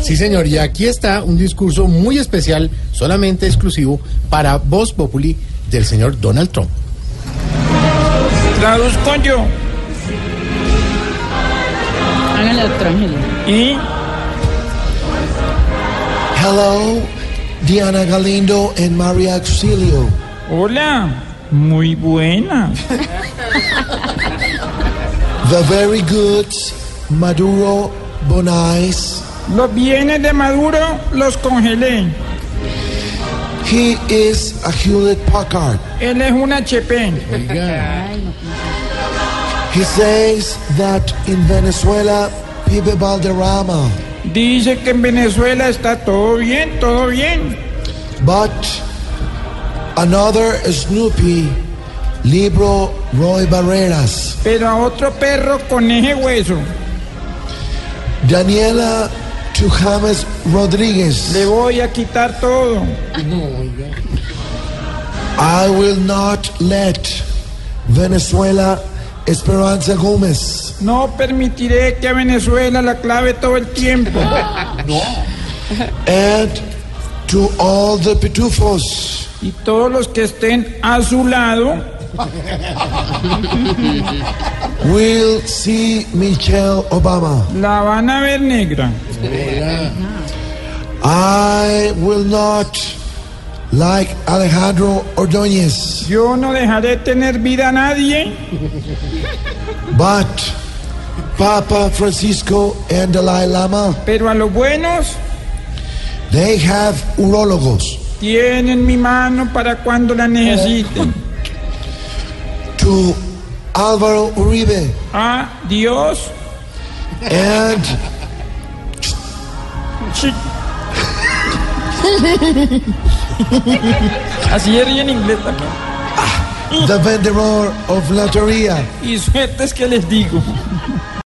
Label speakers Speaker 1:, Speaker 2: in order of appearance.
Speaker 1: Sí, señor, y aquí está un discurso muy especial, solamente exclusivo para Voz Populi del señor Donald Trump.
Speaker 2: Traduzco yo.
Speaker 3: Háganla tranquila.
Speaker 2: Y
Speaker 4: Hello, Diana Galindo and Maria Auxilio.
Speaker 2: hola, muy buena.
Speaker 4: The very good Maduro Bonais.
Speaker 2: Los bienes de Maduro los congelé.
Speaker 4: He is a Hewlett Packard.
Speaker 2: Él es un HP.
Speaker 4: He says that in Venezuela, Pibe Valderrama.
Speaker 2: Dice que en Venezuela está todo bien, todo bien.
Speaker 4: But another Snoopy, Libro Roy Barreras.
Speaker 2: Pero a otro perro con ese hueso
Speaker 4: Daniela to James
Speaker 2: le
Speaker 4: Rodriguez.
Speaker 2: voy a quitar todo.
Speaker 4: I will not let Venezuela Esperanza Gomez.
Speaker 2: No permitiré que a Venezuela la clave todo el tiempo.
Speaker 4: And to all the pitufos,
Speaker 2: Y todos los que estén a su lado,
Speaker 4: we'll see Michelle Obama.
Speaker 2: la van a ver negra.
Speaker 4: I will not like Alejandro Ordóñez,
Speaker 2: Yo no dejaré tener vida a nadie.
Speaker 4: but Papa Francisco and Dalai Lama,
Speaker 2: Pero a los buenos
Speaker 4: they have urologos.
Speaker 2: tienen mi mano para cuando la necesiten.
Speaker 4: To Álvaro Uribe
Speaker 2: Ah, Adiós.
Speaker 4: and
Speaker 2: Sí. Así era en inglés también.
Speaker 4: the vendor of Loteria.
Speaker 2: Y suertes que les digo.